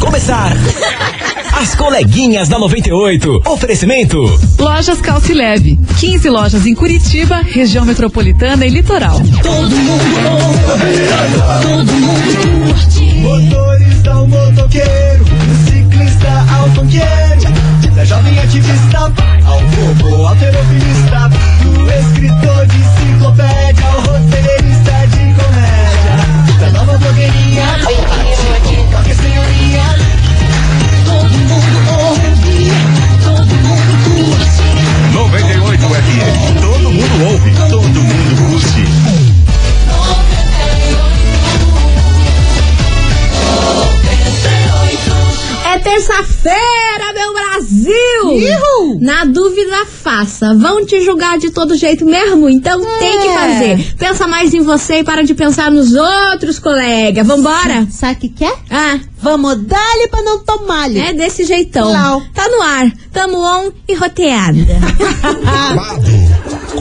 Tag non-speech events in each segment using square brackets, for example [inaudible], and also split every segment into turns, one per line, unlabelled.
começar. [laughs] As coleguinhas da 98. Oferecimento.
Lojas Calce Leve. 15 lojas em Curitiba, região metropolitana e litoral.
Todo mundo ouve, todo mundo curte.
Motorista ao motoqueiro, ciclista ao funkeiro, da jovem ativista ao bobo alterofilista, do escritor de enciclopédia ao roteirista de comédia, da nova blogueirinha ao artigo, qualquer senhoria.
Todo mundo ouve, todo mundo curte.
98 FM. Todo mundo ouve, todo mundo curte.
É terça-feira, meu Brasil! Na dúvida, faça. Vão te julgar de todo jeito mesmo, então tem que fazer. Pensa mais em você e para de pensar nos outros, colega. Vambora?
Sabe o que, que é?
Ah,
Vamos dar-lhe pra não tomar-lhe.
é desse jeitão.
Lau.
Tá no ar. Tamo on e roteada.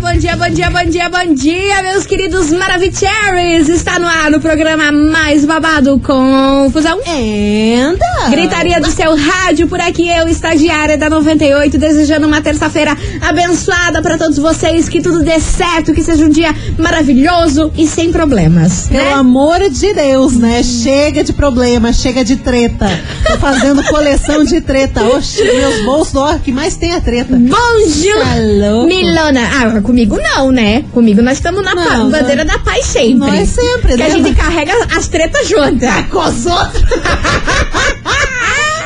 Bom dia, bom dia, bom dia, bom dia, bom dia, meus queridos Maravicheries! Está no ar o programa mais babado, Confusão.
Enda.
Gritaria do seu rádio por aqui, eu, estagiária da 98, desejando uma terça-feira abençoada pra todos vocês, que tudo dê certo, que seja um dia maravilhoso e sem problemas.
Pelo
Né? Hum.
amor de Deus, né? Chega de problema, chega de treta. Tô fazendo coleção de treta. Oxi, meus bolsos, ó, que mais tem a treta.
[laughs] Bonjour,
Tá louco.
Milona. Ah, comigo não, né? Comigo nós estamos na
Não,
pa-
não.
bandeira da paz sempre.
Nós sempre,
Que
né?
a gente carrega as tretas juntas.
[laughs] Com os outros.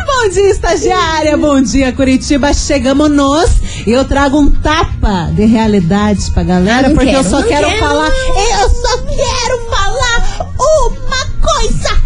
Bom dia, estagiária. Bom dia, Curitiba. Chegamos nós. E eu trago um tapa de realidade pra galera,
Ah, não
porque eu
quero,
só
não
quero,
quero.
falar. Eu só quero falar uma coisa.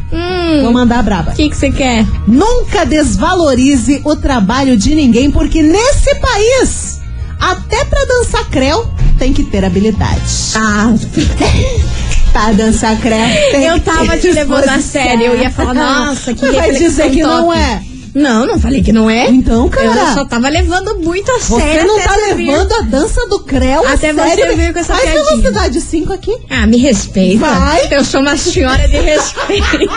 Vou
Hum,
mandar a braba.
o que que você quer?
Nunca desvalorize o trabalho de ninguém, porque nesse país, até pra dançar creu, tem que ter habilidade.
Ah,
[laughs] Pra dançar creu, tem
eu
que ter
tava te levando a
disposição.
sério. Eu ia falar, nossa, que
Vai dizer
reflexão
que não
top.
é.
Não, não falei que não é.
Então, cara,
Eu só tava levando muito a
Você
sério.
não
até
tá
você vir.
levando a dança do creu a
Até você
sério.
vir com essa
Faz
piadinha.
velocidade 5 aqui.
Ah, me respeita.
Vai.
Eu sou uma senhora
[laughs]
de respeito.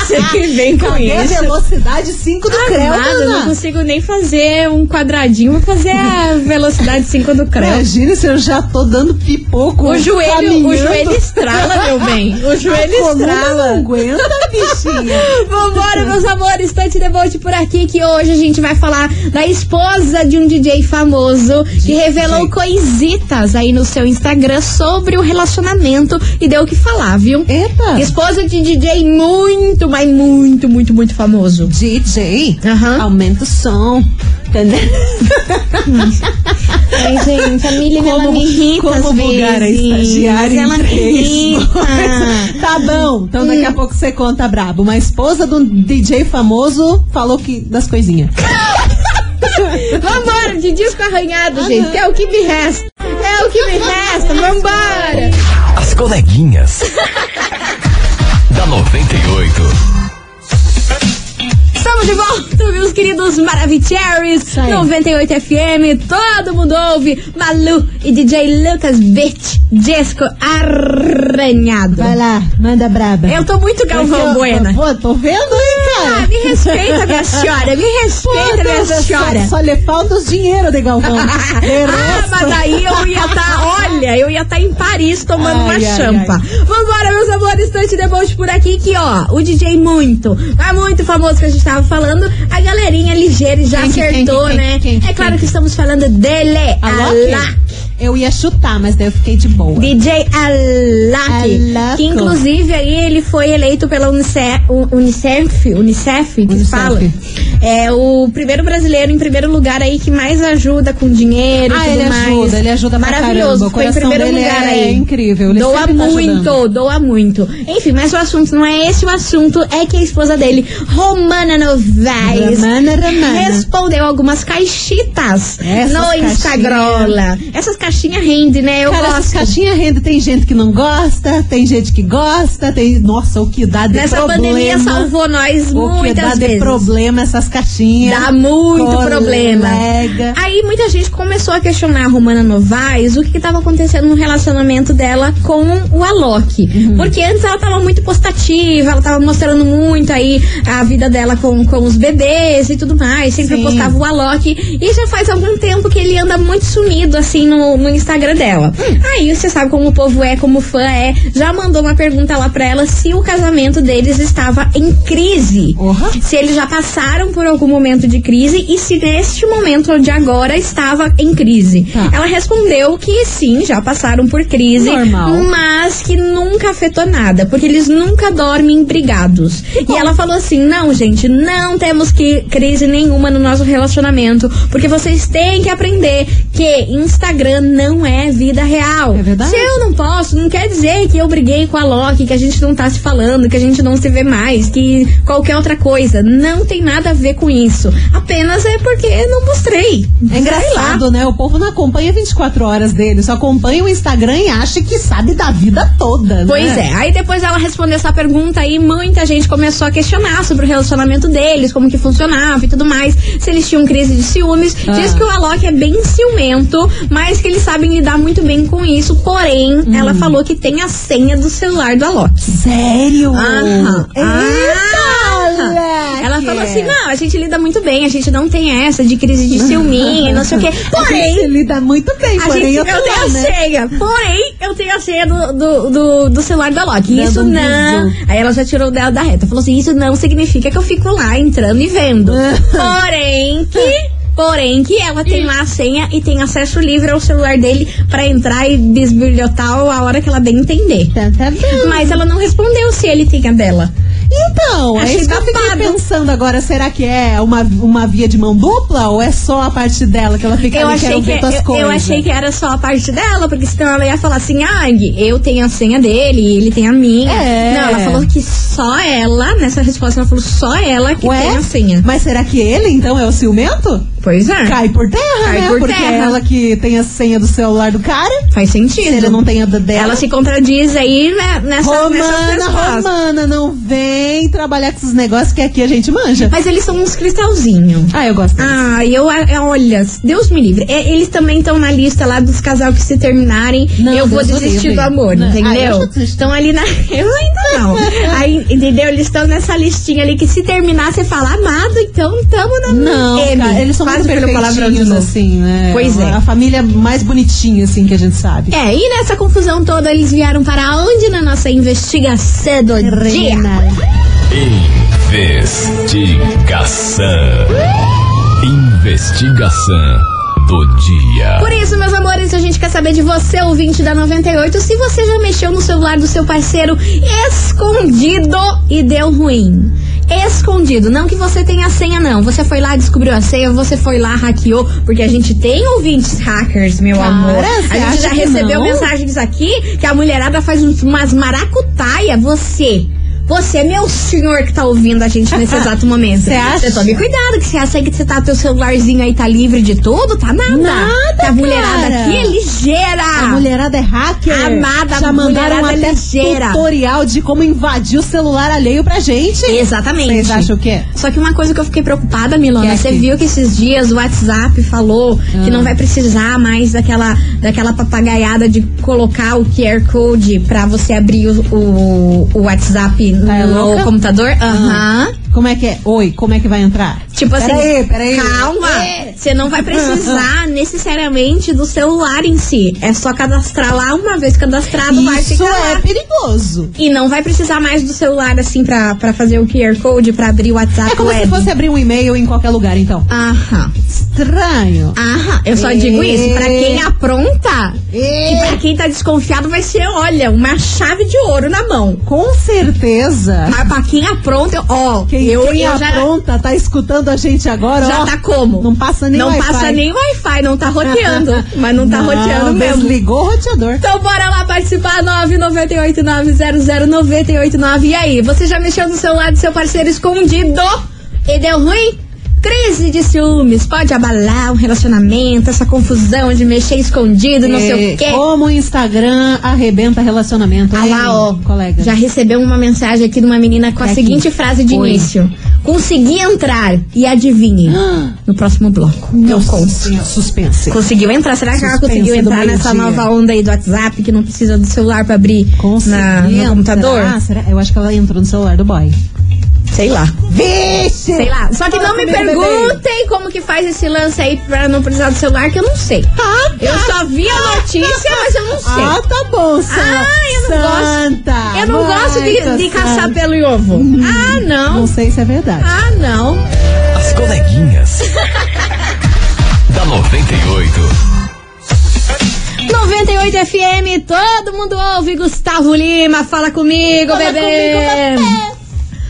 Você que vem com
É
isso.
velocidade 5 do creu,
Amado, eu não
Ana.
consigo nem fazer um quadradinho, vou fazer a velocidade 5 do creche.
Imagina se eu já tô dando pipoco.
O joelho,
caminhando.
o joelho estrala, meu bem.
[laughs]
O joelho
A coluna Não
estrala.
aguenta, bichinha. [laughs]
Vambora, meus amores, Tante Devote por aqui, que hoje a gente vai falar da esposa de um DJ famoso que revelou coisitas aí no seu Instagram sobre o relacionamento e deu o que falar, viu?
Eita.
Esposa de DJ muito, mas muito, muito, muito famoso.
DJ,
Aham.
aumenta o som. Entendeu?
Ai, gente, a Milly, ela me irrita
como
às
vulgar a
vezes.
estagiária
ela
em
me
três
irrita.
coisas. Tá bom, então daqui a pouco você conta brabo. Uma esposa de um DJ famoso falou que das coisinhas.
Vambora, de disco arranhado, gente. É o que me resta. É o que me resta. Vambora.
As coleguinhas. da 98.
Estamos de volta, meus queridos Maravicheries.
aí.
98 FM, todo mundo ouve. Malu e DJ Lucas Beach. Disco arranhado.
Vai lá, manda braba.
Eu tô muito
Porque
Galvão
eu-
Bueno.
Pô, tô vendo, hein, cara?
Ah,
[laughs]
me respeita, minha senhora. Me respeita,
Deus,
minha senhora.
só, só lhe falta os dinheiro de [laughs] Galvão.
Ah, mas daí eu ia estar, olha, eu ia estar em Paris tomando
Ai,
uma
ai,
champa. Vambora, meus amores, Tante Deboche por aqui, que ó, o DJ muito, mas muito famoso que a gente tava falando, a galerinha ligeira e já
Quem que- quem que-
acertou,
quem que-
né?
quem que-
É claro
quem
que estamos falando dele,
Alok?
Alá.
Eu ia chutar, mas daí eu fiquei de boa.
DJ Alak,
Alak.
que inclusive aí ele foi eleito pela Unicef, U- Unicef, Unicef, que se
Unicef.
fala, É o primeiro brasileiro em primeiro lugar aí que mais ajuda com dinheiro e
Ah,
tudo
ele
mais.
ajuda, ele ajuda pra caramba.
Maravilhoso,
O
foi em
coração
primeiro
dele
lugar
é
aí.
incrível, ele
doa
sempre tá
muito,
ajudando.
doa muito. Enfim, mas o assunto não é esse, o assunto é que a esposa dele, Romana Novaes,
Romana, Romana.
respondeu algumas caixinhas
Essas
no
caixinhas.
Instagram. Essas caixinhas rendem, né? Eu
Cara, essas
gosto.
caixinhas renda, tem gente que não gosta, tem gente que gosta, tem. Nossa, o que dá de
Nessa
problema.
pandemia salvou nós
O que dá
muitas
de
vezes.
problema essas caixinhas.
Dá muito
Colega.
problema. Aí muita gente começou a questionar a Romana Novaes o que estava acontecendo no relacionamento dela com o Alok.
Uhum.
Porque antes ela tava muito postativa, ela tava mostrando muito aí a vida dela com, com os bebês e tudo mais. Sempre
Sim.
postava o Alok. E já faz algum tempo que ele anda muito sumido, assim, no, no Instagram dela.
Hum.
Aí você sabe como o povo é, como o fã é. Já mandou uma pergunta lá pra ela se o casamento deles estava em crise
Porra.
se eles já passaram por algum momento de crise e se neste momento de agora estava em crise.
Tá.
Ela respondeu que sim, já passaram por crise,
Normal.
mas que nunca afetou nada, porque eles nunca dormem brigados. E ela falou assim: "Não, gente, não temos que crise nenhuma no nosso relacionamento, porque vocês têm que aprender que Instagram não é vida real.
É verdade.
Se eu não posso, não quer dizer que eu briguei com a Loki, que a gente não tá se falando, que a gente não se vê mais, que qualquer outra coisa. Não tem nada a ver com isso. Apenas é porque não mostrei.
É engraçado, né? O povo não acompanha 24 horas dele, só acompanha o Instagram e acha que sabe da vida toda. né?
Pois é. Aí depois ela respondeu essa pergunta e muita gente começou a questionar sobre o relacionamento deles, como que funcionava e tudo mais, se eles tinham crise de ciúmes.
Ah.
Diz que o Alok é bem ciumento, mas que eles sabem lidar muito bem com isso. Porém,
Uhum.
ela falou que tem a senha do celular do Alok.
Sério?
Aham.
Eita,
Ah.
moleque.
Ela falou assim: não, a gente lida muito bem, a gente não tem essa de crise de
[laughs]
ciúminho, não sei o quê.
Você
Porém.
lida muito bem,
A
porém
gente,
eu
eu
tô
tenho
lá,
a
né?
senha, porém, eu tenho a senha do, do, do, do celular da Loki.
Dando
Isso
um
não.
bisu.
Aí ela já tirou dela da reta. Falou assim: isso não significa que eu fico lá entrando e vendo.
É.
porém que. Porém que ela tem lá a senha e tem acesso livre ao celular dele pra entrar e bisbilhotar a hora que ela bem entender.
Tá, tá bem.
Mas ela não respondeu se ele tem a dela.
Então, é
Achei
isso que eu fiquei
babado.
pensando agora. Será que é uma, uma via de mão dupla ou é só a parte dela que ela fica
Eu
ali, quero
achei, que, é,
ver tuas
eu,
coisas?
eu achei que era só a parte dela, porque senão ela ia falar assim, ah, eu tenho a senha dele, ele tem a minha.
É.
Não, ela falou que só ela, nessa resposta, ela falou só ela que
Ué?
tem a senha.
Mas será que ele, então, é o
[laughs]
ciumento?
Pois é,
Cai por terra,
Cai
né?
por
Porque
terra.
é ela que tem a senha do celular do cara.
faz
Se ele
sentido.
não tem a da dela.
Ela se contradiz aí né, nessa, nessas
Romana,
respostas.
Romana, não vem trabalhar com esses negócios que aqui a gente manja.
Mas eles são uns cristalzinhos.
Ah, eu gosto.
Ah, eu, é, olha, Deus me livre. É, eles também estão na lista lá dos casal que se terminarem,
Não,
eu vou
Deus me
desistir
livre.
do amor,
Não. Ah, eu já
entendeu?
desisti.
Estão ali na. [laughs] Eu ainda não. Aí, entendeu? Eles estão nessa listinha ali que se terminar, você fala, amado, então tamo na
Não,
M.
cara, eles são
Quase
muito
pelo palavrão de
perfeitinhos,
novo.
assim, né?
Pois é.
A família mais bonitinha, assim, que a gente sabe.
É, e nessa confusão toda, eles vieram para onde na nossa investigação do dia?
Investigação. Investigação do
É.
dia.
Por isso, meus amores, a gente quer saber de você, ouvinte da 98, se você já mexeu no celular do seu parceiro escondido e deu ruim. Escondido, não que você tenha a senha, não. Você foi lá, descobriu a senha, você foi lá, hackeou, porque a gente tem ouvintes hackers, meu
Cara,
amor.
você
A gente
acha
já
que
recebeu
não?
mensagens aqui que a mulherada faz uns- umas maracutaia, você. Você, meu senhor que tá ouvindo a
[laughs]
gente nesse exato momento.
Você acha?
Você tome cuidado, que você acha que você tá, teu celularzinho aí tá livre de tudo, tá nada.
Nada,
Que a mulherada
cara.
aqui é ligeira.
A mulherada é hacker.
Amada,
Já mandaram
mulherada é
até
ligeira.
tutorial de como invadir o celular alheio pra gente.
Exatamente.
Vocês acham o quê?
Só que uma coisa que eu fiquei preocupada, Milona,
Que é Ah.
você
que-
viu que esses dias o WhatsApp falou que não vai precisar mais daquela, daquela papagaiada de colocar o QR Code pra você abrir o, o, o WhatsApp
Tá
no
louca?
computador. Aham.
Como é que é? Oi, como é que vai entrar?
Tipo assim,
Peraí, peraí. É.
calma, você não
[laughs]
vai precisar necessariamente do celular em si. É só cadastrar lá, uma vez cadastrado, vai
Isso
ficar lá.
é perigoso.
E não vai precisar mais do celular, assim, pra, pra fazer o QR Code, pra abrir o WhatsApp
É como
web.
se fosse abrir um e-mail em qualquer lugar, então.
Aham.
estranho.
Ah, eu só digo
É.
isso, pra quem apronta,
E-
e pra quem tá desconfiado vai ser, olha, uma chave de ouro na mão.
Com certeza.
Mas pra quem apronta, eu- ó,
Quem,
eu,
quem
eu já,
apronta tá escutando a gente agora, ó.
já tá como?
Não passa nem
Não
Wi-Fi.
passa nem Wi-Fi, não tá
[laughs]
roteando, mas não tá roteando mesmo.
Desligou o roteador.
Então bora lá participar, 998900989. E aí, você já mexeu no celular do seu parceiro escondido e deu ruim? Crise de ciúmes pode abalar um relacionamento, essa confusão de mexer escondido, não sei
É,
o quê.
Como o Instagram arrebenta relacionamento.
Ah
hein,
lá, ó,
Colega.
já recebeu uma mensagem aqui de uma menina com a
Tá aqui.
seguinte frase de
Oi.
início. Consegui entrar e adivinhe. No próximo bloco. eu
Nossa
conto.
Senhora, Ah, suspense.
Conseguiu entrar? Será que ela
Suspense
conseguiu
do
entrar nessa
meio-dia.
nova onda aí do WhatsApp que não precisa do celular pra abrir na,
Conseguiu,
no computador?
Será? Ah, Será? Eu acho que ela entrou no celular do boy.
Sei lá.
Vixe!
Sei lá. Só que
Fala
não me
comigo, bebê.
perguntem como que faz esse lance aí pra não precisar do celular, que eu não sei.
Ah,
Eu só vi a notícia, mas eu não sei.
Ah, tá bom, Santa.
Ah, eu não gosto.
Santa.
Eu não
Vai,
gosto de,
Santa.
de caçar pelo e ovo. Ah,
Não
tá não.
sei se é verdade.
Ah, não.
As coleguinhas. [laughs] da 98.
98 FM, todo mundo ouve. Gustavo Lima, fala comigo, bebê. Ah, é.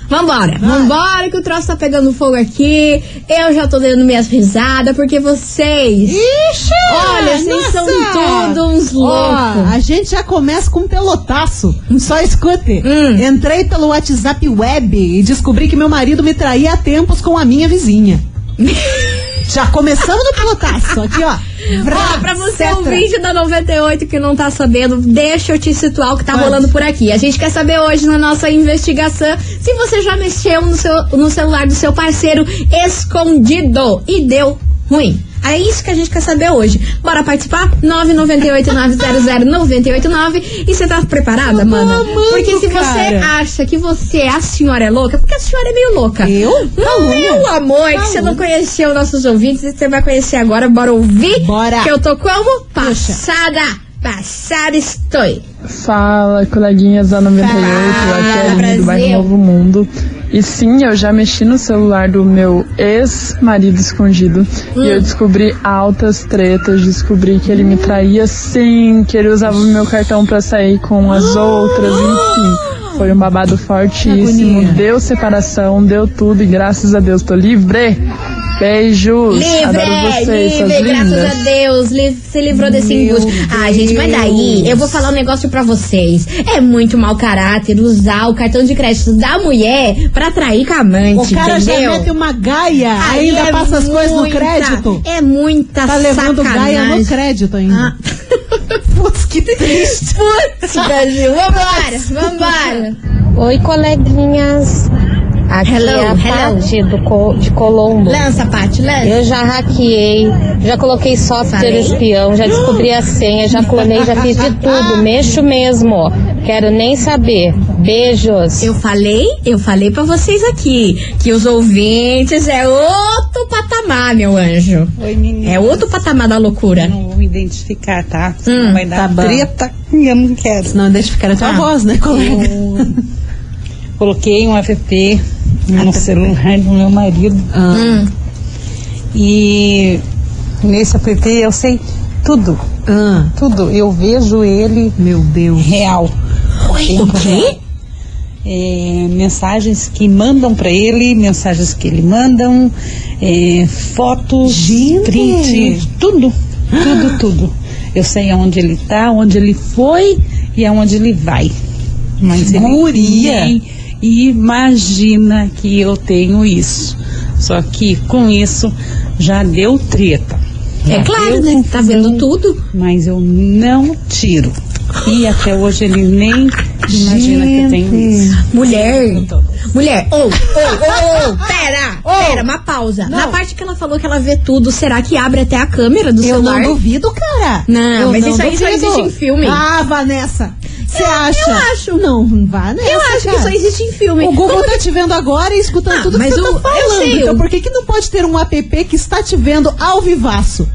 Vambora, vambora que o troço tá pegando fogo aqui. Eu já tô dando minhas risadas porque vocês.
Ixi!
Olha, vocês são tudo uns loucos.
Ó, a gente já começa com um pelotaço. Só escute.
Hum.
Entrei pelo WhatsApp web e descobri que meu marido me traía há tempos com a minha
[laughs]
vizinha. já começamos no pelotaço. Aqui, ó. Vrá,
Ó, pra você
cetra.
ouvinte da 98 que não tá sabendo, deixa eu te situar o que tá
Vai.
rolando por aqui. A gente quer saber hoje na nossa investigação se você já mexeu no, seu, no celular do seu parceiro escondido e deu ruim. É isso que a gente quer saber hoje. Bora participar? 998-900-989. E você tá preparada, mana?
amando,
Porque se você
cara.
acha que você, a senhora é louca, porque a senhora é meio louca.
Eu? Tá
Meu
louca.
amor,
Tá
que você não
louca.
conheceu nossos ouvintes, você vai conhecer agora, bora ouvir.
Bora.
Que eu tô como? Passada. Passada estou.
Fala, coleguinhas da 98, aqui é a Aline do bairro
Brasil.
Novo Mundo. E sim, eu já mexi no celular do meu ex-marido escondido. E
Hum.
eu descobri altas tretas, descobri que ele me traía sim, que ele usava o meu cartão pra sair com as outras, enfim. Foi um babado fortíssimo.
agonia.
Deu separação, deu tudo e graças a Deus tô livre. Beijos.
Livre,
Adoro vocês,
livre,
suas
graças
lindas.
a Deus, li- se livrou desse embuste. Ah, gente, mas daí, eu vou falar um negócio pra vocês. É muito mau caráter usar o cartão de crédito da mulher pra atrair com a amante,
O cara
entendeu?
já mete uma gaia,
Aí
ainda
é
passa as coisas no
muita-
crédito.
É muita
Tá levando
sacanagem.
gaia no crédito ainda.
Ah. Putz, que triste. Putz, Brasil. Vambora, vambora.
Oi, coleguinhas. Aqui
Hello,
é a
hello.
Paty do Co- de Colombo.
Lança, Paty, lança.
Eu já hackeei, já coloquei software
Falei.
espião, já descobri a senha, já clonei, já fiz de
[laughs]
tudo. Mexo mesmo. Quero nem saber. Beijos.
Eu falei, eu falei pra vocês aqui que os ouvintes é outro patamar, meu anjo.
Oi, menina.
É outro patamar da loucura.
Não vou me identificar, tá?
Hum,
Senão vai dar
tá bom.
treta e eu não quero.
Não, deixa ficar a tua
Ah.
voz, né, colega?
Coloquei um app no celular do meu marido
Ah.
Hum.
e nesse app eu sei tudo,
Ah,
tudo. Eu vejo ele
meu Deus.
real.
O quê?
É, mensagens que mandam pra ele, mensagens que ele mandam, é, fotos,
Gente!
print, tudo, tudo, tudo. Eu sei aonde ele tá, onde ele foi e aonde ele vai. Mas ele
Guria!
nem imagina que eu tenho isso. Só que com isso já deu treta.
É claro, né? Tá vendo tudo.
Mas eu não tiro. E até hoje ele nem imagina que eu tenho isso.
Mulher. Mulher. Ou, ou, ou, ou. Pera, pera, uma pausa. Na parte que ela falou que ela vê tudo, será que abre até a câmera do
Eu
celular?
não duvido, cara.
Não,
Eu
mas isso aí só
duvido.
existe em filme. É,
Ah, Vanessa. Você acha?
eu acho.
Não, Vanessa.
Eu acho que
cara.
só existe em filme.
O Google
Como
tá te vendo agora e escutando
Ah,
tudo que
mas
você tá
o- eu
falando.
sei,
então
eu-
por que, que não pode ter um app que está te vendo ao vivaço?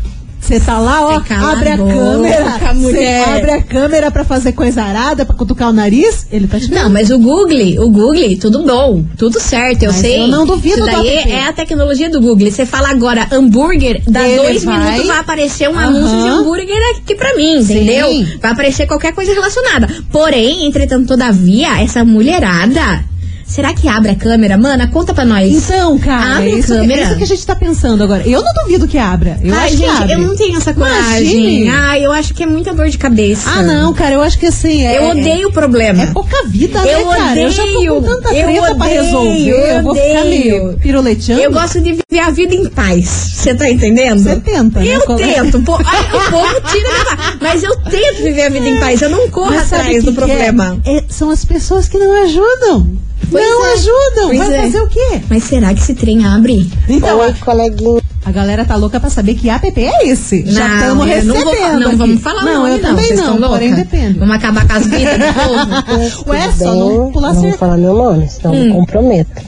Você tá lá, ó,
Você cala
abre
a
a
boca,
câmera.
mulher.
Você abre a câmera pra fazer coisa arada, pra cutucar o nariz, ele tá te vendo.
Não, mas o Google, o Google, tudo bom, tudo certo, eu
Mas
sei.
eu não duvido
Isso
do
daí
app.
é a tecnologia do Google. Você fala agora hambúrguer, dá
Ele
dois
vai-
minutos vai aparecer um
Aham.
anúncio de hambúrguer aqui pra mim,
Sim.
entendeu? Vai aparecer qualquer coisa relacionada. Porém, entretanto, todavia, essa mulherada, será que abre a câmera? Mana, conta pra nós.
Então, cara,
Abre a
é isso, que-
câmera.
é isso que a gente tá pensando agora. Eu não duvido que abra. Eu
Ai,
acho
gente,
que abre.
eu não tenho essa coragem.
Imagine.
Ai, eu acho que é muita dor de cabeça.
Ah, não, cara, eu acho que assim. É,
Eu odeio o problema.
É pouca vida, né,
Eu
cara? Eu já tô
odeio,
com tanta
eu
treta pra
odeio,
resolver. Eu vou ficar meio
odeio.
piroleteando.
Eu gosto de viver a vida em paz. Você tá entendendo?
Você tenta, né,
Eu
colega?
tento. pô, ai, o povo tira da paz. Mas eu tento viver a vida em paz. Eu não corro
Mas sabe
atrás
o que
do
que é?
problema.
É, são as pessoas que não ajudam.
Pois
não
é.
ajudam.
Pois
Vai
é.
fazer o quê?
Mas será que esse trem abre?
Então,
Oi, coleguinha.
a galera tá louca pra saber que app é esse. Já
Não,
estamos
eu não
recebendo.
vou- Não,
aqui.
vamos falar o
Não,
nome,
eu também
Vocês
não,
tão
porém
louca?
depende.
Vamos acabar com as vidas do povo?
[laughs] Ué,
Tudo
só
bem?
não pular
não vou
cerca.
falar meu nome, senão eu me comprometo.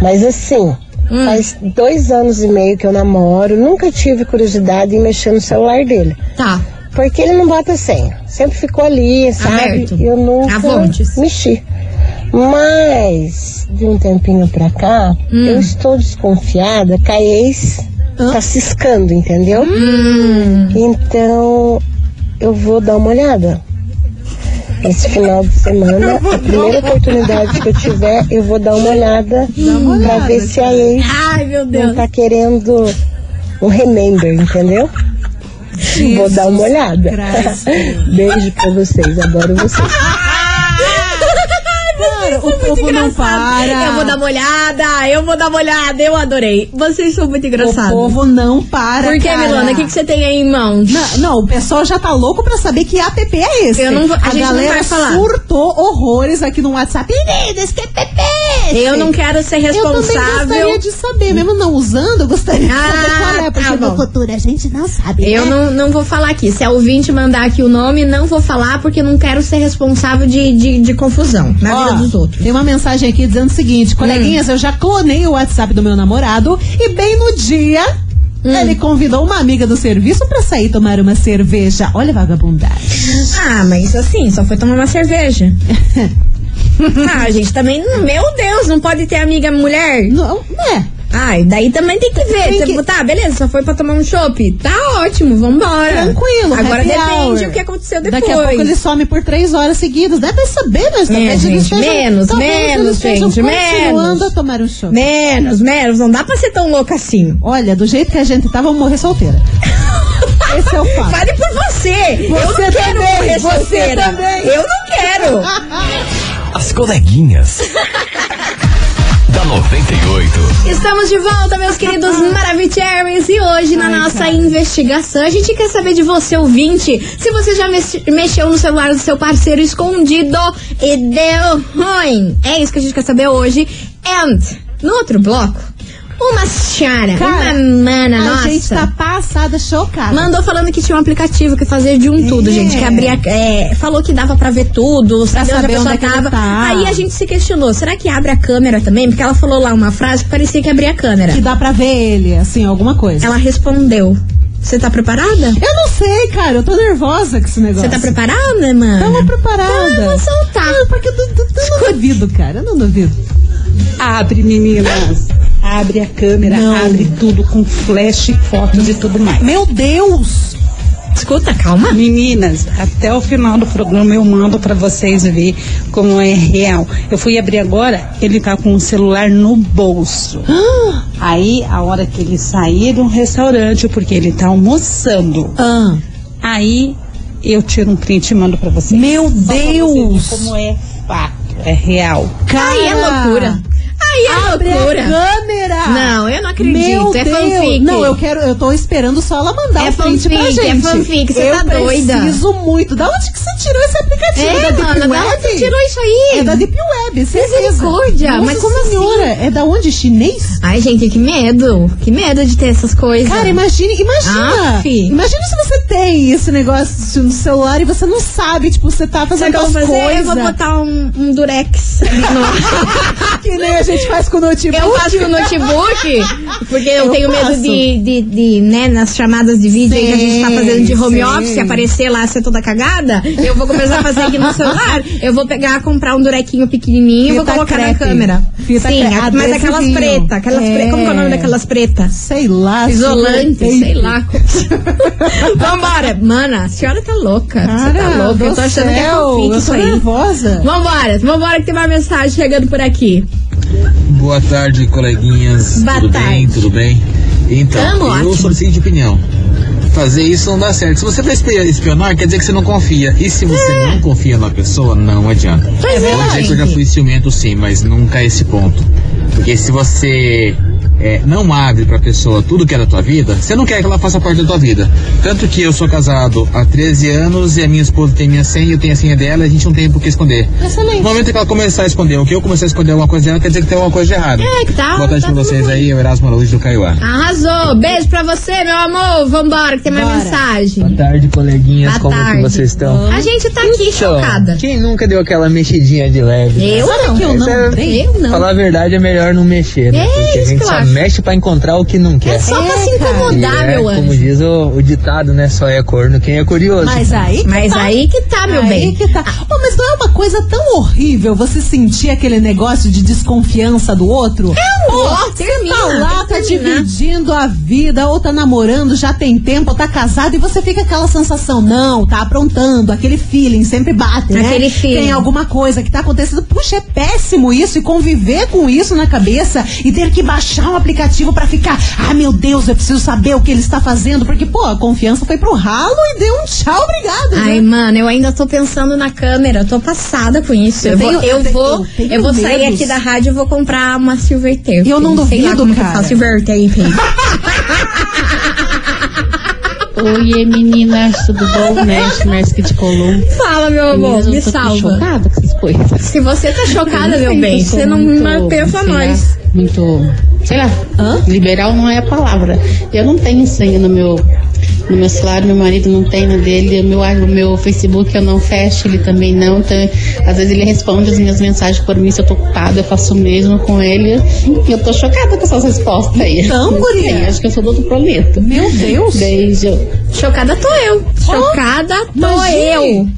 Mas assim, faz dois anos e meio que eu namoro, nunca tive curiosidade em mexer no celular dele.
Tá.
Porque ele não bota senha. Sempre ficou ali, sabe?
Aberto.
Eu nunca
Avontes.
mexi. Mas, de um tempinho pra cá, eu estou desconfiada que a ex tá ciscando, entendeu?
Hum.
Então, eu vou dar uma olhada. Esse final de semana, a primeira oportunidade que eu tiver, eu vou dar uma olhada pra ver se a ex
Ai, meu
não
Deus.
tá querendo um remember, entendeu? Vou dar uma olhada. Beijo pra vocês, adoro vocês.
Cara, o
é Muito
povo não
engraçado.
para.
Eu vou dar uma olhada, eu vou dar uma olhada, eu adorei. Vocês são muito
O
engraçados.
povo não para.
Por que,
cara.
Milona? O que, que você tem aí em mãos?
Não, não, o pessoal já tá louco pra saber que app é esse.
Eu não vou- a
a
gente não
galera
vai falar.
surtou horrores aqui no WhatsApp. Meninas, que app é esse?
Eu não quero ser
Eu também gostaria
responsável.
de saber, mesmo não usando, eu gostaria de saber
Ah,
qual é, porque
tá bom.
no futuro a gente não sabe.
Eu
né?
não, não vou falar aqui. Se a ouvinte mandar aqui o nome, não vou falar porque eu não quero ser responsável de, de, de confusão na
Ó,
vida dos outros. Hum.
Tem uma mensagem aqui dizendo o seguinte: coleguinhas, eu já clonei o WhatsApp do meu namorado e bem no dia.
Hum.
Ele convidou uma amiga do serviço pra sair tomar uma cerveja. Olha a vagabundagem.
Ah, mas assim, só foi tomar uma
[laughs]
cerveja. ah, gente, também. Meu Deus, não pode ter amiga mulher?
Não, né?
Ai, daí também tem que ver.
Tem
Tipo,
que-
Tá, beleza, só foi pra tomar um chopp. Tá ótimo, vambora.
Tranquilo,
Agora
happy
depende
hour.
o que aconteceu depois.
Daqui a pouco ele some por três horas seguidas. Dá pra saber, mas
É,
talvez eles
gente,
estejam-
menos,
talvez
menos,
eles estejam
gente,
continuando
menos.
a tomar um show.
Menos, menos, não dá pra ser tão louca assim.
Olha, do jeito que a gente tá, vamos morrer
[laughs]
solteira. Esse é o fato.
Fale por você. eu não
Você
quero
também,
morrer
você
solteira.
também.
Eu não quero.
As coleguinhas. da 98.
Estamos de volta, meus queridos Maravicheries. E hoje, na nossa investigação, a gente quer saber de você, ouvinte, se você já mex- mexeu no celular do seu parceiro escondido e deu ruim. É isso que a gente quer saber hoje. And, no outro bloco, uma senhora,
Cara,
uma mana
a
nossa.
gente tá passada, chocada.
Mandou falando que tinha um aplicativo que fazia de um tudo,
É.
gente. Que abria. é, falou que dava pra ver tudo, saber,
saber
onde a
onde
pessoa
é que ele
tava.
tá.
Aí a gente se questionou: será que abre a câmera também? Porque ela falou lá uma frase que parecia que abria a câmera.
Que dá pra ver ele, assim, alguma coisa.
Ela respondeu: Você tá preparada?
Eu não sei, cara, eu tô nervosa com esse negócio.
Você tá preparada, mano?
né?
Tava preparada.
Então eu vou
tá.
soltar.
Ah, porque eu, eu- eu não duvido, cara, eu não duvido.
Abre, meninas. Abre a câmera,
Não.
abre tudo com flash, fotos e tudo mais.
Meu Deus!
Escuta, calma.
Meninas, até o final do programa eu mando pra vocês ver como é real. Eu fui abrir agora, ele tá com o celular
[gasps]
no bolso. Aí, a hora que ele sair do restaurante, porque ele tá almoçando,
Ah,
aí eu tiro um print e mando pra vocês.
meu
Só pra vocês verem
Deus!
Como é fato, é real.
Cara,
Aí é loucura. Aí é
Abre a
loucura.
câmera!
Não, eu não acredito.
Meu
é
Deus!
fanfic.
Não, eu quero, eu tô esperando só ela mandar
É
o print pra
fanfic,
gente.
é fanfic, você
eu
tá doida.
preciso muito. Da onde que você tirou esse aplicativo?
É,
da Deep
mano, da
Web?
onde você tirou isso aí?
É da Deep Web, certeza.
Misericórdia,
Nossa
mas como assim?
senhora, é da onde? Chinês?
Ai, gente, que medo. Que medo de ter essas coisas.
Cara, imagine, imagina.
Aff.
Imagina se você tem esse negócio no celular e você não sabe, tipo, você tá
Sabe o
fazendo
que eu
as
vou fazer? Eu
coisas.
vou botar um, um durex [laughs]
que nem a gente faz com o notebook. né?
Eu faço com o notebook, porque eu,
Eu
tenho medo
faço.
de, de, de, né, nas chamadas de vídeo aí que a gente tá
Sim,
fazendo de home
sim.
office, aparecer lá, ser toda cagada, eu vou começar a fazer aqui no celular. Eu vou pegar, comprar um durequinho pequenininho e vou
Fita
colocar na
crepe.
câmera.
Fita
Sim,
crepe.
a- tá mas aquelas
Adesivinho.
pretas, aquelas
É.
pre- como que é o nome daquelas pretas?
Sei lá.
Isolante,
super [laughs]
sei lá. Vambora. Mana, a senhora tá louca. Você tá
Cara,
louca. Eu tô
do
achando que é
céu,
fofinho
eu
isso
sou
aí.
nervosa.
Vambora, vambora que tem uma mensagem chegando por aqui.
Boa tarde, coleguinhas.
Boa
tudo bem?
tarde.
Tudo bem? Então,
Tamo
eu
ótimo.
sou do seguinte opinião. Fazer isso não dá certo. Se você vai espi- espionar, quer dizer que você não confia. E se você
É.
não confia na pessoa, não adianta.
Pois é,
Vou dizer que eu já
gente.
fui ciumento sim, mas nunca a esse ponto. Porque se você é, não abre pra pessoa tudo que é da tua vida, você não quer que ela faça parte da tua vida. Tanto que eu sou casado há 13 anos e a minha esposa tem minha senha, eu tenho a senha dela, a gente não tem por que esconder.
Excelente.
No momento que ela começar a esconder o que eu começar a esconder alguma coisa dela, quer dizer que tem alguma coisa de errado.
É, que tal?
Boa tarde
Tá
pra
tudo
vocês
bem.
aí, eu Erasmo Araújo do Caiuá.
Arrasou. Beijo pra você, meu amor. Vambora, que tem mais
Bora.
mensagem.
tarde, coleguinhas.
Boa tarde. A gente tá aqui chocada.
Então, Quem nunca deu aquela mexidinha de leve?
Eu não.
que eu não
Essa-
lembrei?
Eu não.
Falar a verdade é melhor não mexer, né?
É,
Porque a
isso
gente
que eu
só
acho.
mexe pra encontrar o que não quer.
É só pra
É,
se
cara.
incomodar,
E é,
meu
Como
anjo.
diz o, o ditado, né? Só é corno quem é curioso.
Mas aí que
Mas
tá.
aí que tá, meu
aí
bem.
que tá. Ô, mas não é uma coisa tão horrível você sentir aquele negócio de desconfiança do outro? É,
amor, um termina,
Tá lá,
tem que
tá
terminar.
dividindo a vida, ou tá namorando, já tem tempo, ou tá casado, e você fica aquela sensação, não, tá aprontando, aquele feeling, sempre bate, né?
Aquele feeling.
Tem alguma coisa que tá acontecendo. Puxa, é péssimo isso, e conviver com isso na cabeça, e ter que baixar um aplicativo pra ficar, ah, meu Deus, eu preciso saber o que ele está fazendo, porque, pô, a confiança foi pro ralo e deu um tchau, obrigado. né?
Ai, mano, eu ainda tô pensando na câmera, eu tô passada com isso.
Eu
Eu, vou,
tenho-
eu,
eu tenho-
vou,
eu tenho
eu vou sair
medos.
aqui da rádio e vou comprar uma silver tape.
Eu não
Sei lá
duvido,
como que
cara.
fala,
[laughs]
silver tape.
Oiê, meninas, tudo bom? Mestre, mestre que te colou.
Fala, meu amor,
Meninas, eu
Tá me
tô aqui
salva.
chocada com essas coisas.
Se você tá chocada, meu bem,
Eu sou
você não
muito,
pensa
sei lá,
nós.
Muito, sei lá, liberal não é a palavra. Eu não tenho senha no meu, no meu celular, meu marido não tem no dele, o meu, o meu Facebook eu não fecho, ele também não. Então, às vezes ele responde as minhas mensagens por mim, se eu tô ocupada, eu faço o mesmo com ele. Eu tô chocada com essas respostas aí.
Então,
Não sei,
guria.
Acho que eu sou do outro planeta.
Meu Deus!
Beijo.
Chocada tô eu. Chocada tô
imagine.
eu.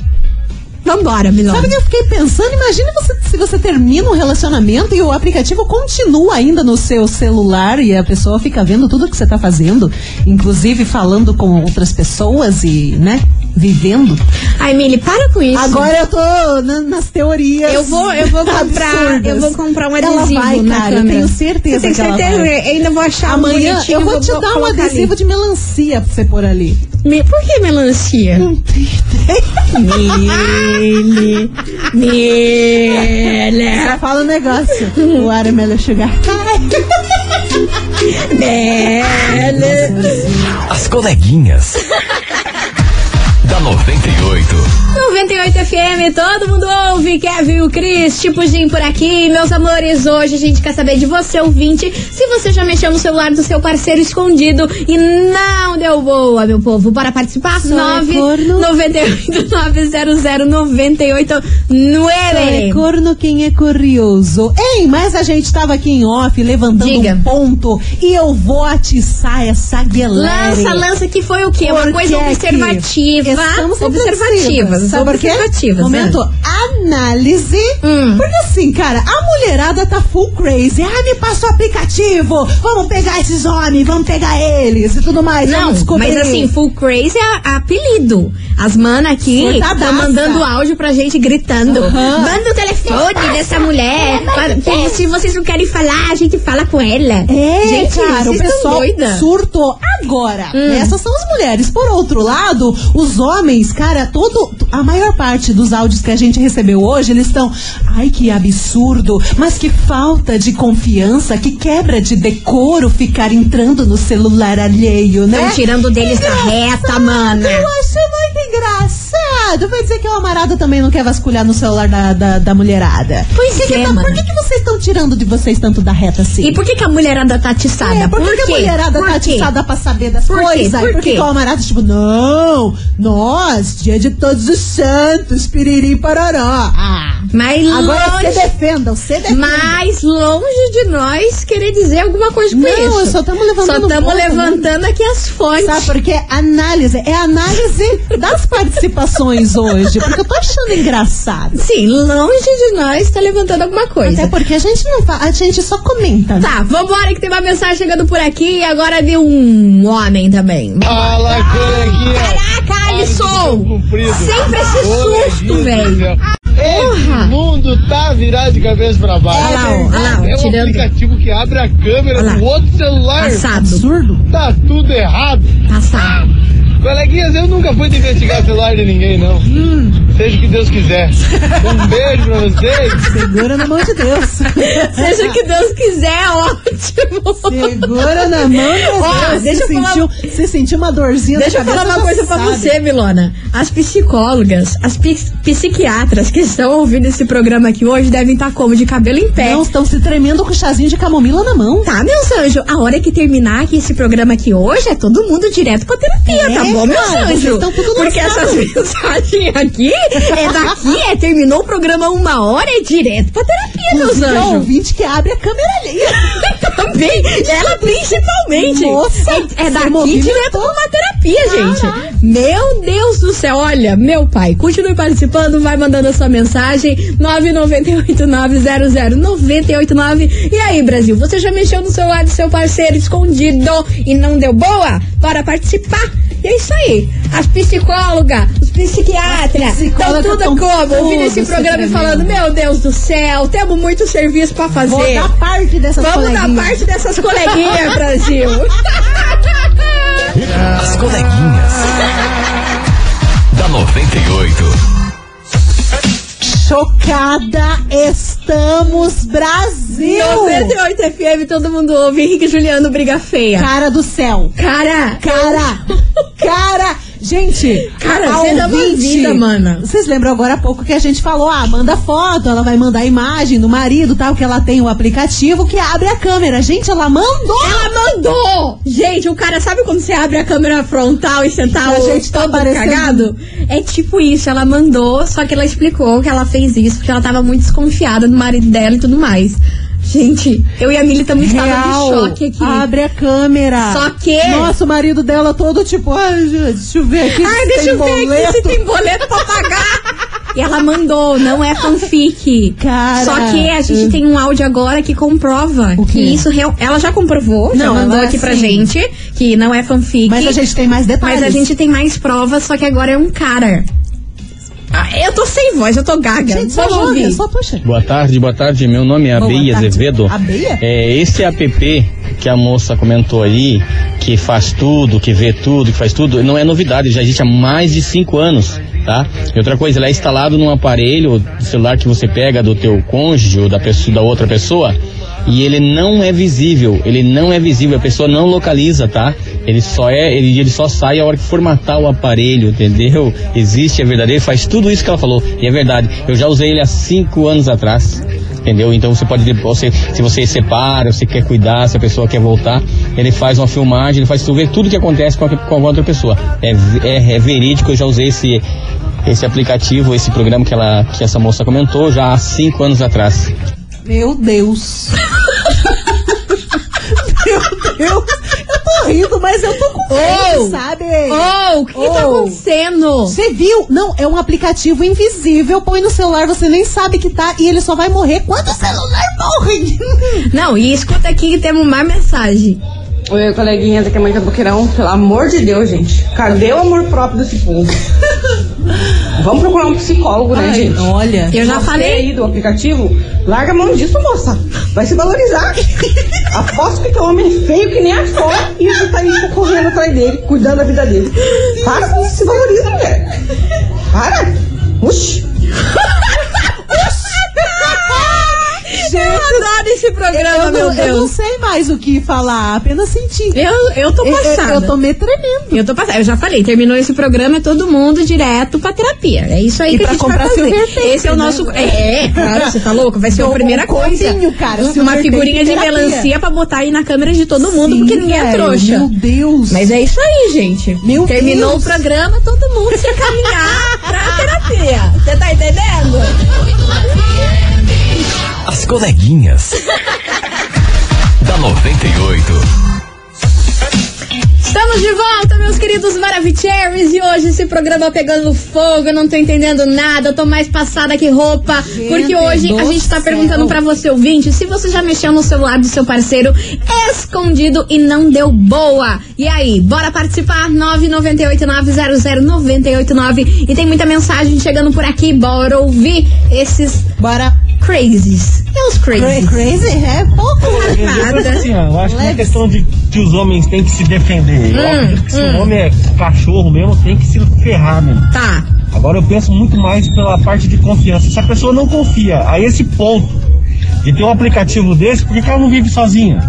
Vambora, Milão.
Sabe o que eu fiquei pensando? Imagina você- se você termina um relacionamento e o aplicativo continua ainda no seu celular e a pessoa fica vendo tudo que você tá fazendo, inclusive falando com outras pessoas e, né, vivendo.
Ai, Mili, para com isso.
Agora eu tô na- nas teorias.
Eu vou- eu vou comprar-
absurdas.
eu vou comprar um
ela
adesivo
vai,
na
cara,
câmera.
Eu tenho certeza
Você tem
que ela
certeza?
vai.
Eu ainda vou achar um
Amanhã
bonitinho,
eu vou te dar um
colocar
adesivo
ali.
de melancia pra você pôr ali.
Me- Por que melancia? Não Mili. Mili.
Só fala o negócio. o Aramelo Sugar.
As coleguinhas. da 98.
98 FM, todo mundo ouve, Kevin, o Cris, Tipudim por aqui. Meus amores, hoje a gente quer saber de você, ouvinte, se você já mexeu no celular do seu parceiro escondido e não deu boa, meu povo. Bora participar?
Só é corno.
98 900 98
É
9.
corno quem é curioso. Ei, mas a gente tava aqui em off levantando
Diga.
um ponto e eu vou atiçar essa guelera.
Lança, lança, que foi o quê? é Uma
Por
coisa
é que É que
observativa.
estamos
Observativas.
Sobre o quê?
Observativas.
Momento
né?
análise.
Hum.
Porque assim, cara, a mulherada tá full crazy. Ah, me passa o aplicativo. Vamos pegar esses homens, vamos pegar eles e tudo mais.
Não,
vamos descobrir.
mas assim, Full Crazy é a- apelido. As manas aqui
Surtadaça.
tá mandando áudio pra gente gritando.
Aham. é
Manda o telefone dessa mulher. Para- se vocês não querem falar, a gente fala com ela.
É,
gente,
cara, o
vocês estão
pessoal
doida. Hum.
surtou agora. Essas são as mulheres. Por outro lado, os homens, cara, todo a maior parte dos áudios que a gente recebeu hoje, eles estão, ai que absurdo, mas que falta de confiança, que quebra de decoro ficar entrando no celular alheio, né?
Estão tirando deles da
Engraçado,
reta, mana.
Eu acho muito engraçado. Amado, vai dizer que o Amarado também não quer vasculhar no celular da, da, da mulherada.
Pois
que que
é,
tá-
mano.
Por que, que vocês estão tirando de vocês tanto da reta assim?
E por que, que a mulherada tá atiçada?
É, por que,
Por
que a
quê?
mulherada
Por
tá
quê?
atiçada pra saber das
Por quê?
coisas?
Por
E por que,
quê?
que o Amarado, tipo, não, nós, dia de todos os santos, piriri pororó. Ah,
Mas
agora
longe-
se defendam, se defendam.
Mas longe de nós querer dizer alguma coisa com
Não,
isso.
só estamos levantando.
Só estamos
ponto, né?
levantando aqui as fontes.
Sabe por quê? Análise. É análise das participações hoje. Porque eu tô achando engraçado.
Sim, longe de nós tá levantando alguma coisa.
Até porque a gente não fa- a gente só comenta. né?
Tá, vambora que tem uma mensagem chegando por aqui e agora vi um homem também.
Fala, coleguinha!
Caraca, Alisson! Sempre esse susto, velho!
O mundo tá virado de cabeça pra baixo.
Olha lá, olha lá,
é um
tirando.
aplicativo que abre a câmera do outro celular.
Passado.
Absurdo. Tá tudo errado.
Passado.
Coleguinhas, eu nunca fui de investigar o celular de ninguém, não.
Hum.
Seja o que Deus quiser. Um beijo pra vocês.
Segura na mão de Deus.
Seja o que Deus quiser, é ótimo!
Segura na mão de Deus.
Ó, deixa eu
você,
falar-
sentiu, você sentiu um, uma dorzinha
Deixa eu
na
falar
cabeça,
uma
ela
coisa pra
sabe.
você, Milona. As psicólogas, as pis- psiquiatras que estão ouvindo esse programa aqui hoje devem estar como? De cabelo em pé.
Não, estão se tremendo com o chazinho de camomila na mão.
Tá, meus anjos, a hora que terminar aqui esse programa aqui hoje é todo mundo direto pra terapia,
É,
tá bom, meus
cara, vocês
anjos?
estão tudo
Porque essas [laughs]
lascado.
mensagens aqui é daqui, é terminou o programa uma hora, é direto pra terapia, meus
Inclusive, é o
anjos.
ouvinte que abre a câmera alheia.
[laughs] Também, ela principalmente.
Nossa, então?
é, é
se
daqui
movimentou.
direto pra uma terapia, gente. Meu Deus do céu, olha, meu pai, continue participando, vai mandando a sua mensagem, 998900989. E aí, Brasil, você já mexeu no celular do seu parceiro escondido e não deu boa? Bora participar! E é isso aí, as psicólogas, os psiquiatras, estão
psicólogas
tudo
tá tão tá
como? ouvindo
tudo
esse
se
programa e
tremendo.
falando, meu Deus do céu, temos muito serviço pra fazer.
Vou dar parte dessas
Vamos dar
coleguinhas.
parte dessas coleguinhas,
[laughs]
Brasil.
As coleguinhas. Da 98.
Chocada estamos, Brasil!
98 FM, todo mundo ouve. Henrique e Juliano, briga feia.
Cara do céu!
Cara,
Cara! Cara! Gente,
Cara,
a
você dá uma
ouvinte-
vida, mana.
Vocês lembram agora há pouco que a gente falou: ah, manda foto, ela vai mandar a imagem do marido, tal, que ela tem o aplicativo que abre a câmera. Gente, ela mandou!
ela mandou! Gente, o cara, sabe quando você abre a câmera frontal e você tá,
A
o-
gente tá
todo
parecendo-
cagado? É tipo isso, ela mandou, só que ela explicou que ela fez isso porque ela tava muito desconfiada do marido dela e tudo mais. Gente, eu e a Mili estamos em estado de choque aqui.
Abre a câmera.
Só que-
Nossa, o marido dela todo tipo, ai, gente, deixa eu ver aqui.
Ai,
se
deixa
tem
eu ver
boleto.
aqui se tem boleto pra pagar. [laughs] E ela mandou, não é fanfic.
Cara.
Só que a gente tem um áudio agora que comprova
O
que
quê?
isso real... Ela já comprovou, já
Não,
mandou
ela
aqui pra
sim.
gente que não é fanfic.
Mas a gente tem mais detalhes.
Mas a gente tem mais provas, só que agora é um cara. Ah, eu tô sem voz, eu tô gaga.
Gente, só
Vamos ouvir.
joga, só puxa.
Boa tarde, boa tarde. Meu nome é
Boa
Abeia
tarde.
Azevedo.
Abeia?
É esse app que a moça comentou aí, que faz tudo, que vê tudo, que faz tudo, não é novidade, já existe há mais de cinco anos, tá? E outra coisa, ele é instalado num aparelho, do celular que você pega do teu cônjuge ou da pessoa, da outra pessoa, e ele não é visível, ele não é visível, a pessoa não localiza, tá? Ele só é, ele, ele só sai a hora que formatar o aparelho, entendeu? Existe, é verdadeiro, ele faz tudo isso que ela falou, e é verdade. Eu já usei ele há cinco anos atrás, entendeu? Então você pode, você, se você separa, você quer cuidar, se a pessoa quer voltar, ele faz uma filmagem, ele faz tudo, vê tudo que acontece com a, com a outra pessoa. É,
Tá.
é, é verídico, eu já usei esse, esse aplicativo, esse programa que, ela, que essa moça comentou já há cinco anos atrás.
Meu Deus. [laughs] Meu Deus. Eu tô rindo, mas eu tô com medo,
Ou,
sabe?
Ô, o que, que tá
Ou.
acontecendo?
Você viu? Não, é um aplicativo invisível. Põe no celular, você nem sabe que tá e ele só vai morrer quando o celular
[laughs]
morre.
Não, e escuta aqui que temos mais mensagem.
Oi, coleguinhas, aqui é a Mônica Boqueirão. Pelo amor de Deus, gente. Cadê o amor próprio desse povo? Vamos procurar um psicólogo, né,
Ai,
gente?
olha.
Eu já
Você
falei.
aí do aplicativo, larga a mão disso, moça. Vai se valorizar. Aposto que tem um homem feio que nem a fó e você tá aí tá correndo atrás dele, cuidando da vida dele. Para com isso, se valoriza, mulher. Para. Oxi.
Gente,
adoro esse programa,
eu,
Ah, meu
não, Eu
Deus.
não sei mais o que falar, apenas senti.
Eu, eu tô passada.
É, Eu, eu tô me tremendo.
Eu tô passada. Eu já falei, terminou esse programa, é todo mundo direto pra terapia. É isso aí
E
que
pra
a gente
comprar
vai fazer.
Silver Tape,
Esse é o
né?
nosso. É, é, claro, você tá louco? Vai ser a
Dou
primeira
um
coisa.
coisinho, cara,
uma
Silver
figurinha
Tape
de
terapia.
melancia pra botar aí na câmera de todo mundo, porque ninguém é
velho,
trouxa.
meu Deus.
Mas é isso aí, gente.
Meu
terminou
Deus.
o programa, todo mundo se encaminhar pra terapia. Você tá entendendo?
As coleguinhas. da 98.
Estamos de volta, meus queridos Maravicheries, e hoje esse programa pegando fogo, eu não tô entendendo nada, eu tô mais passada que roupa, porque hoje a
do
gente tá
céu.
perguntando pra você, ouvinte, se você já mexeu no celular do seu parceiro escondido e não deu boa. E aí, bora participar? 998900989 e tem muita mensagem chegando por aqui, bora ouvir esses
bora
crazies. É os crazies.
Crazy é pouco
Nada.
Assim, ó, eu acho que é questão de que os homens têm que se defender.
Hum,
Óbvio que se
hum.
o homem é cachorro mesmo, tem que se ferrar mesmo.
Tá.
Agora eu penso muito mais pela parte de confiança. Se a pessoa não confia a esse ponto de ter um aplicativo desse, por que que ela não vive sozinha?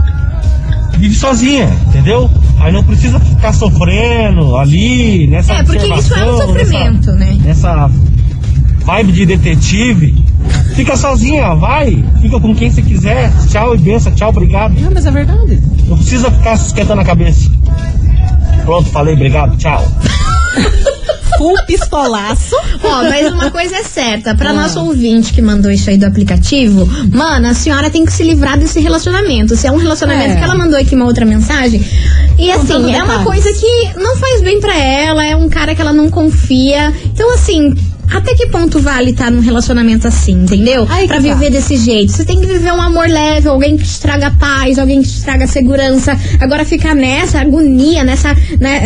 Vive sozinha, entendeu? Aí não precisa ficar sofrendo ali, nessa
É, porque isso é um
observação, nessa-
sofrimento, né?
nessa vibe de detetive. Fica sozinha, vai. Fica com quem você quiser. Tchau e benção, tchau, obrigado.
Não, mas é verdade.
Não precisa ficar se esquentando a cabeça. Pronto, falei, obrigado, tchau.
Full pistolaço.
Ó,
[laughs]
mas uma coisa é certa,
Ah.
pra nosso ouvinte que mandou isso aí do aplicativo, mano, a senhora tem que se livrar desse relacionamento. Se é um relacionamento
É.
que ela mandou aqui uma outra mensagem. E assim,
Contando
é uma
detalhes.
coisa que não faz bem pra ela, é um cara que ela não confia. Então, assim. Até que ponto vale estar num relacionamento assim, entendeu?
Aí que
pra
tá.
viver desse jeito. Você tem que viver um amor leve, alguém que te traga paz, alguém que te traga segurança. Agora ficar nessa agonia, nessa. né,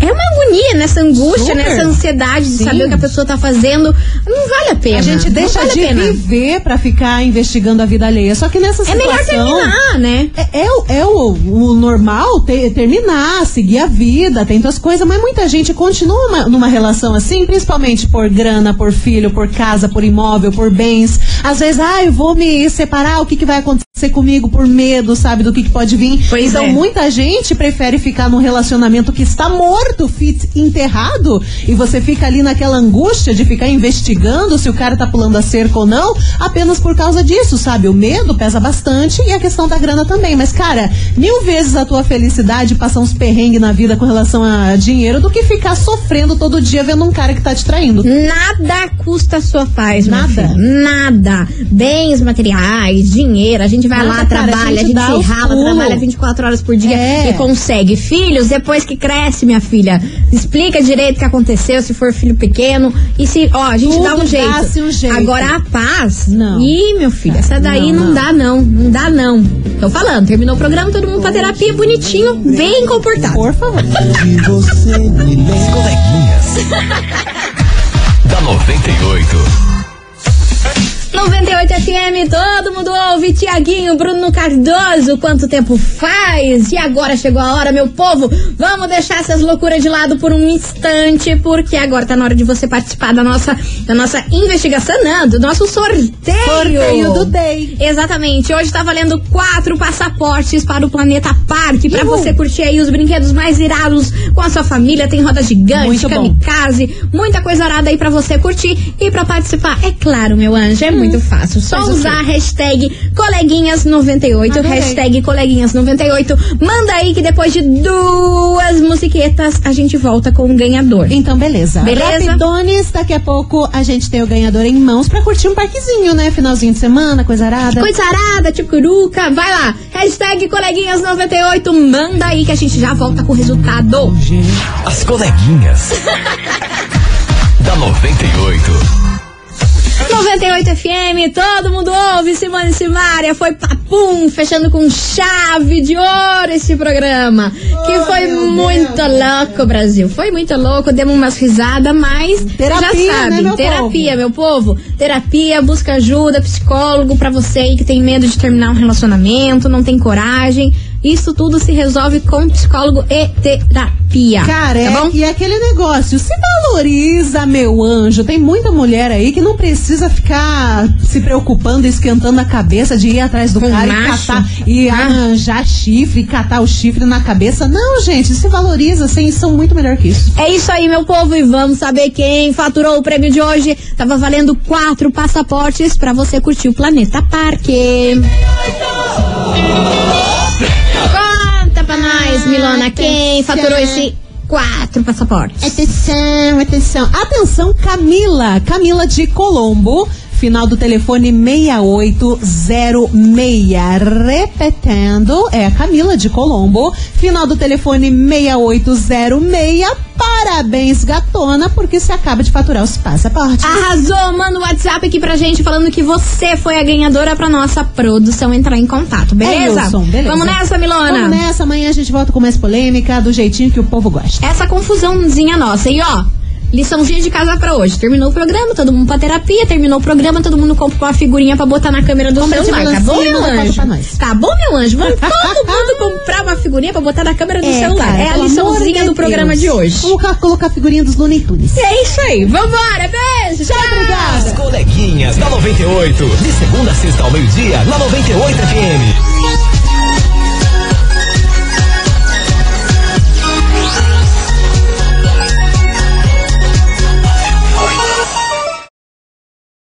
é uma agonia, nessa angústia,
Super.
nessa ansiedade de
Sim.
saber o que a pessoa tá fazendo, não vale a pena.
A gente
Não
deixa
vale a
de
pena.
viver pra ficar investigando a vida alheia. Só que nessa
É
situação...
melhor terminar, né?
É, é o- é o, o normal ter- terminar, seguir a vida, tem tuas coisas, mas muita gente continua uma- numa relação assim, principalmente por grana, por filho, por casa, por imóvel, por bens. Às vezes, ah, eu vou me separar, o que, que vai acontecer comigo por medo, sabe, do que, que pode vir.
Pois
então,
é.
muita gente prefere ficar num relacionamento que está morto, fit, enterrado, e você fica ali naquela angústia de ficar investigando se o cara tá pulando a cerca ou não, apenas por causa disso, sabe? O medo pesa bastante e a questão da grana também. Mas, cara, mil vezes a tua felicidade passar uns perrengues na vida com relação a dinheiro do que ficar sofrendo todo dia vendo um cara que tá te traindo.
Nada custa a sua paz, meu
Nada.
filho. Nada. Bens materiais, dinheiro. A gente vai
Nada,
lá,
cara,
trabalha,
a
a
gente
gente,
dá os
se rala,
pulos.
trabalha 24 horas por dia
É.
e consegue. Filhos, depois que cresce, minha filha, explica direito o que aconteceu, se for filho pequeno. E se, ó, a gente
Tudo
dá um jeito.
dá-se um jeito.
Agora a paz.
Não.
Ih, meu filho, essa daí não,
Não, não.
dá, não. Não dá, não. Tô falando, terminou o programa, todo mundo pra terapia, bonitinho, bem comportado.
Por favor.
As coleguinhas. da 98.
98 FM, todo mundo ouve. Tiaguinho, Bruno Cardoso, quanto tempo faz? E agora chegou a hora, meu povo. Vamos deixar essas loucuras de lado por um instante, porque agora tá na hora de você participar da nossa, da nossa investigação, não, do nosso sorteio.
Sorteio do Day.
Exatamente. Hoje tá valendo quatro passaportes para o Planeta Parque, pra
Uhul.
você curtir aí os brinquedos mais irados com a sua família. Tem roda gigante,
Muito bom.
kamikaze, muita coisa arada aí pra você curtir e pra participar. É claro, meu anjo, é muito fácil. Só
Hum. Faz o
usar a hashtag coleguinhas98,
Adorei.
hashtag coleguinhas98. Manda aí que depois de duas musiquetas a gente volta com o ganhador.
Então, beleza.
Beleza?
Rapidones, daqui a pouco a gente tem o ganhador em mãos pra curtir um parquezinho, né? Finalzinho de semana, coisa arada.
Coisa arada, ticuruca, vai lá. Hashtag coleguinhas98, manda aí que a gente já volta com o resultado.
As coleguinhas. da 98.
98 FM, todo mundo ouve, Simone Simaria, foi papum, fechando com chave de ouro esse programa. Que foi muito louco, Brasil. Foi muito louco, demos umas risadas, mas
Terapia,
já sabe,
né, meu
terapia, meu povo. Terapia, busca ajuda, psicólogo pra você aí que tem medo de terminar um relacionamento, não tem coragem. Isso tudo se resolve com psicólogo e terapia.
Cara, é,
tá bom?
e é aquele negócio, se valoriza, meu anjo. Tem muita mulher aí que não precisa ficar se preocupando, esquentando a cabeça de ir atrás do cara
Um macho.
e catar e
Ah.
arranjar chifre, catar o chifre na cabeça. Não, gente, se valoriza, sim, são muito melhor que isso.
É isso aí, meu povo, e vamos saber quem faturou o prêmio de hoje. Tava valendo quatro passaportes pra você curtir o Planeta Parque. Conta pra nós, Milona, quem faturou esse quatro passaportes?
Atenção, atenção. Atenção, Camila. Camila de Colombo. Final do telefone 6806. Repetindo, é a Camila de Colombo. Final do telefone 6806. Parabéns, gatona, porque você acaba de faturar os passaportes.
Ah, Arrasou, manda o WhatsApp aqui pra gente falando que você foi a ganhadora pra nossa produção entrar em contato, beleza?
É, Wilson, beleza.
Vamos nessa, Milona.
Vamos nessa, amanhã a gente volta com mais polêmica, do jeitinho que o povo gosta.
essa confusãozinha nossa. E ó, liçãozinha de casa pra hoje. Terminou o programa, todo mundo pra terapia, terminou o programa, todo mundo compra uma figurinha pra botar na câmera do
Compra
celular.
esse
Tá bom,
balancinho,
meu
manda
anjo?
pra nós.
Tá bom, meu
[laughs]
anjo? Vamos todo mundo comprar uma figurinha pra botar na câmera do celular.
cara,
é a
pelo amor
liçãozinha
de
do programa
Deus.
de hoje.
Colocar, colocar a figurinha dos Looney Tunes.
É isso aí. Vambora, beijo. Tchau,
As coleguinhas da 98. De segunda a sexta ao meio-dia, na 98 FM.